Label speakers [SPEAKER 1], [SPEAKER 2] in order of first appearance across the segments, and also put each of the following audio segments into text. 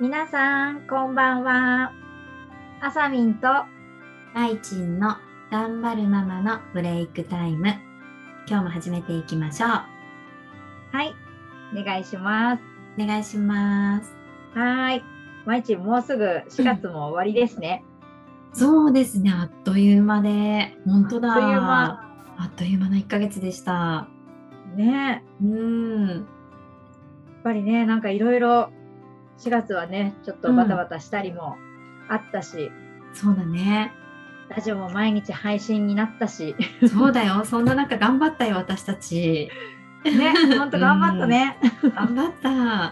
[SPEAKER 1] 皆さん、こんばんは。あさみんと
[SPEAKER 2] ライチンの頑張るママのブレイクタイム。今日も始めていきましょう。
[SPEAKER 1] はい、お願いします。
[SPEAKER 2] お願いします。
[SPEAKER 1] はーい。毎日もうすぐ4月も終わりですね。
[SPEAKER 2] そうですね。あっという間で、本当だ。
[SPEAKER 1] あっという間。
[SPEAKER 2] あっという間の1ヶ月でした。
[SPEAKER 1] ねえ、
[SPEAKER 2] うん。
[SPEAKER 1] やっぱりね、なんかいろいろ4月はね、ちょっとバタバタしたりもあったし、
[SPEAKER 2] そうだ ね。
[SPEAKER 1] ラジオも毎日配信になった し、
[SPEAKER 2] そうだよ。そんな中頑張ったよ、私たち。
[SPEAKER 1] ね、ほんと頑張ったね。
[SPEAKER 2] 頑張った。本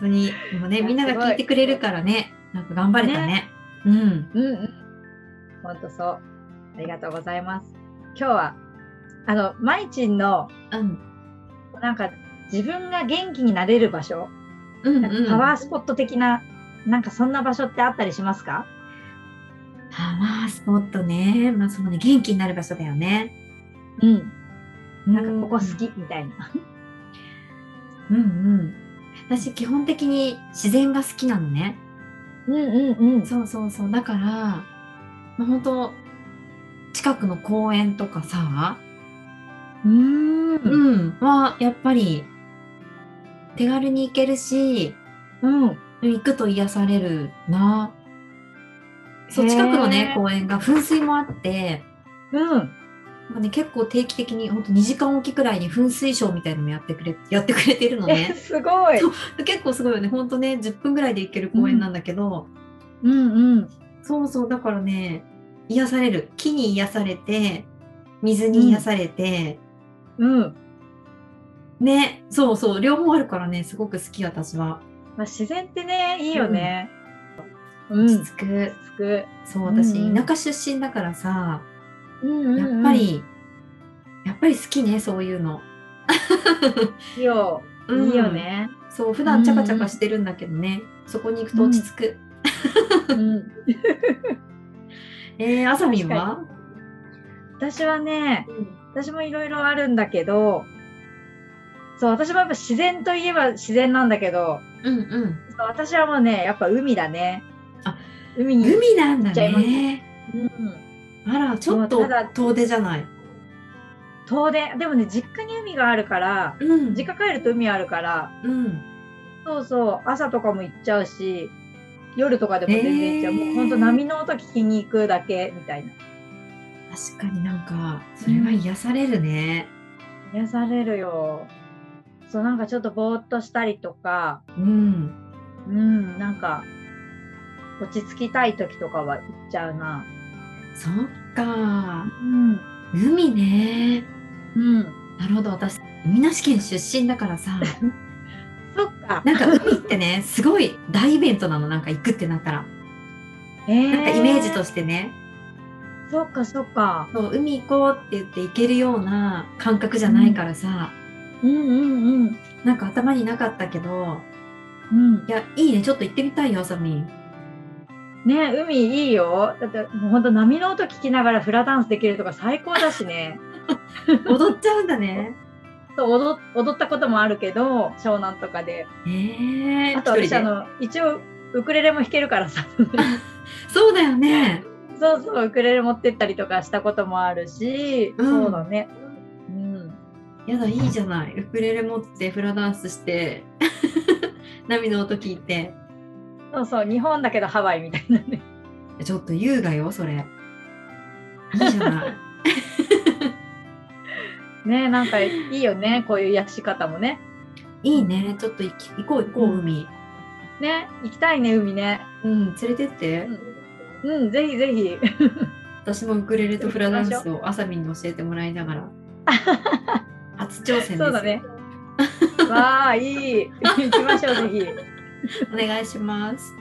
[SPEAKER 2] 当に。でも
[SPEAKER 1] い
[SPEAKER 2] ね、
[SPEAKER 1] や
[SPEAKER 2] みんなが聞いてくれるからね。なんか頑張れたね。
[SPEAKER 1] ね
[SPEAKER 2] うん。
[SPEAKER 1] うんうん。ほんとそう。ありがとうございます。今日は、あの、まいちんの、
[SPEAKER 2] うん。
[SPEAKER 1] なんか、自分が元気になれる場所、
[SPEAKER 2] うん、
[SPEAKER 1] なん
[SPEAKER 2] うん。
[SPEAKER 1] かパワースポット的な、なんかそんな場所ってあったりしますか
[SPEAKER 2] パワースポットね。まあ、そのね、元気になる場所だよね。
[SPEAKER 1] うん。
[SPEAKER 2] な
[SPEAKER 1] なんかここ好。きみたいな。
[SPEAKER 2] うんうん。私、基本的に自然が好きなのね。
[SPEAKER 1] うんうんうん。
[SPEAKER 2] そうそうそう。だから、まあ、本当近くの公園とかさ、
[SPEAKER 1] うん。うん。
[SPEAKER 2] うん、は、やっぱり、手軽に行けるし、
[SPEAKER 1] うん。
[SPEAKER 2] 行くと癒されるな。そう、
[SPEAKER 1] へー
[SPEAKER 2] 近くのね、公園が噴水もあって、
[SPEAKER 1] うん。
[SPEAKER 2] まあね、結構定期的に、ほんと2時間おきくらいに噴水ショーみたいなのもやってくれ、やってくれてるの
[SPEAKER 1] え、
[SPEAKER 2] ね。
[SPEAKER 1] すごい。
[SPEAKER 2] 結構すごいよね。ほんとね、10分ぐらいで行ける公園なんだけど、
[SPEAKER 1] うんうん。
[SPEAKER 2] そうそう、だからね、癒される。木に癒されて、水に癒されて、
[SPEAKER 1] うん。
[SPEAKER 2] ね、そうそう、両方あるからね、すごく好き、私は。
[SPEAKER 1] まあ、自然ってね、いいよね。う
[SPEAKER 2] 落
[SPEAKER 1] ん。
[SPEAKER 2] ち
[SPEAKER 1] つ
[SPEAKER 2] 着く。
[SPEAKER 1] く。
[SPEAKER 2] そう、私、
[SPEAKER 1] うんうん
[SPEAKER 2] 田舎出身だからさ、
[SPEAKER 1] うん
[SPEAKER 2] やっぱ。り、やっぱり好きね、そういうの。
[SPEAKER 1] いいよ。
[SPEAKER 2] うん
[SPEAKER 1] いいよね。
[SPEAKER 2] そう、普段チャカチャカしてるんだけどね、そこに行くと落ち着く。
[SPEAKER 1] うん。
[SPEAKER 2] えー、あさみんは
[SPEAKER 1] 私はね、
[SPEAKER 2] うん
[SPEAKER 1] 私もいろいろあるんだけど、そう、私もやっぱ自然といえば自然なんだけど、
[SPEAKER 2] うんうん。
[SPEAKER 1] そう私はもうね、やっぱ海だね。
[SPEAKER 2] あ、
[SPEAKER 1] 海に。
[SPEAKER 2] 海なんだ
[SPEAKER 1] 行っちゃいます
[SPEAKER 2] ね。
[SPEAKER 1] うん。
[SPEAKER 2] あら、ちょっと
[SPEAKER 1] もうただ
[SPEAKER 2] 遠出じゃない。
[SPEAKER 1] 遠出。でもね、実家に海があるから、
[SPEAKER 2] うん
[SPEAKER 1] 実家帰ると海あるから、
[SPEAKER 2] うん。
[SPEAKER 1] そうそう、朝とかも行っちゃうし、夜とかでも全然行っちゃう。
[SPEAKER 2] えー
[SPEAKER 1] もうほんと波の音聞きに行くだけ、みたいな。
[SPEAKER 2] 確かになんかそれは癒されるね。
[SPEAKER 1] 癒されるよ。そう、なんかちょっとぼーっとしたりとか、
[SPEAKER 2] うん。
[SPEAKER 1] うん、なんか、落ち着きたい時とかは行っちゃうな。
[SPEAKER 2] そっか。
[SPEAKER 1] うん。
[SPEAKER 2] 海ね。
[SPEAKER 1] うん。
[SPEAKER 2] なるほど。私、海なし県出身だか らさ、
[SPEAKER 1] そっか。
[SPEAKER 2] なんか海ってね、すごい大イベントなの。なんか行くってなったら。
[SPEAKER 1] えー
[SPEAKER 2] なんかイメージとしてね、
[SPEAKER 1] そっかそっか。
[SPEAKER 2] そう海行こうって言って行けるような感覚じゃないからさ、
[SPEAKER 1] うんうんうん。
[SPEAKER 2] なんか頭になかったけど、
[SPEAKER 1] うん
[SPEAKER 2] い、や、いいね。ちょっと行ってみたいよ、あさみん。
[SPEAKER 1] ね海いいよ。だってもうほんと波の音聞きながらフラダンスできるとか最高だしね。
[SPEAKER 2] 踊っちゃうんだ ね。
[SPEAKER 1] そう踊踊ったこともあるけど湘南とかで。
[SPEAKER 2] えー、
[SPEAKER 1] あと
[SPEAKER 2] 一
[SPEAKER 1] 私
[SPEAKER 2] 人
[SPEAKER 1] あ
[SPEAKER 2] で
[SPEAKER 1] の一応ウクレレも弾けるからさ
[SPEAKER 2] そうだよね。
[SPEAKER 1] そうそうウクレレ持ってったりとかしたこともあるし、
[SPEAKER 2] うん
[SPEAKER 1] そうだね。うん、
[SPEAKER 2] やだいいじゃないウクレレ持ってフラダンスして 波の音聞いて
[SPEAKER 1] そうそう日本だけどハワイみたいなね。
[SPEAKER 2] ちょっと優雅よそれいいじゃない
[SPEAKER 1] ねなんかいいよねこういう癒し方もね。
[SPEAKER 2] いいねちょっと行き行こう行こう
[SPEAKER 1] うん
[SPEAKER 2] 海
[SPEAKER 1] ね行きたいね海ね。
[SPEAKER 2] うん連れてって
[SPEAKER 1] うん、うん、ぜひぜひ。
[SPEAKER 2] 私もウクレレとフラダンスをあさみんに教えてもらいながら初挑戦です
[SPEAKER 1] そうだね。わあ、いい。行きましょう、ぜ
[SPEAKER 2] お願いします、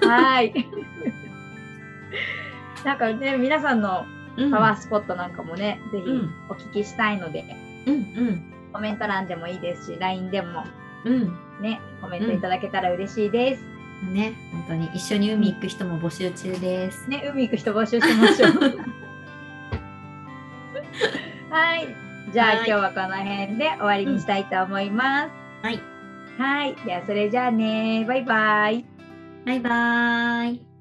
[SPEAKER 1] ひ。はい。なんかね、皆さんの
[SPEAKER 2] うん、
[SPEAKER 1] パワースポットなんかもね、ぜひ
[SPEAKER 2] うん
[SPEAKER 1] お聞きしたいので、
[SPEAKER 2] うん
[SPEAKER 1] コメント欄でもいいですし、LINE でも
[SPEAKER 2] うんうん
[SPEAKER 1] ね、コメントいただけたら嬉しいです。
[SPEAKER 2] ね本当に一緒に海行く人も募集中です
[SPEAKER 1] ね、海行く人募集しま しょう。はい。じゃあ
[SPEAKER 2] はい
[SPEAKER 1] 今日はこの辺で終わりにしたいと思います。
[SPEAKER 2] はい
[SPEAKER 1] はい。ではそれじゃあね。バイバイ。
[SPEAKER 2] バイバーイ。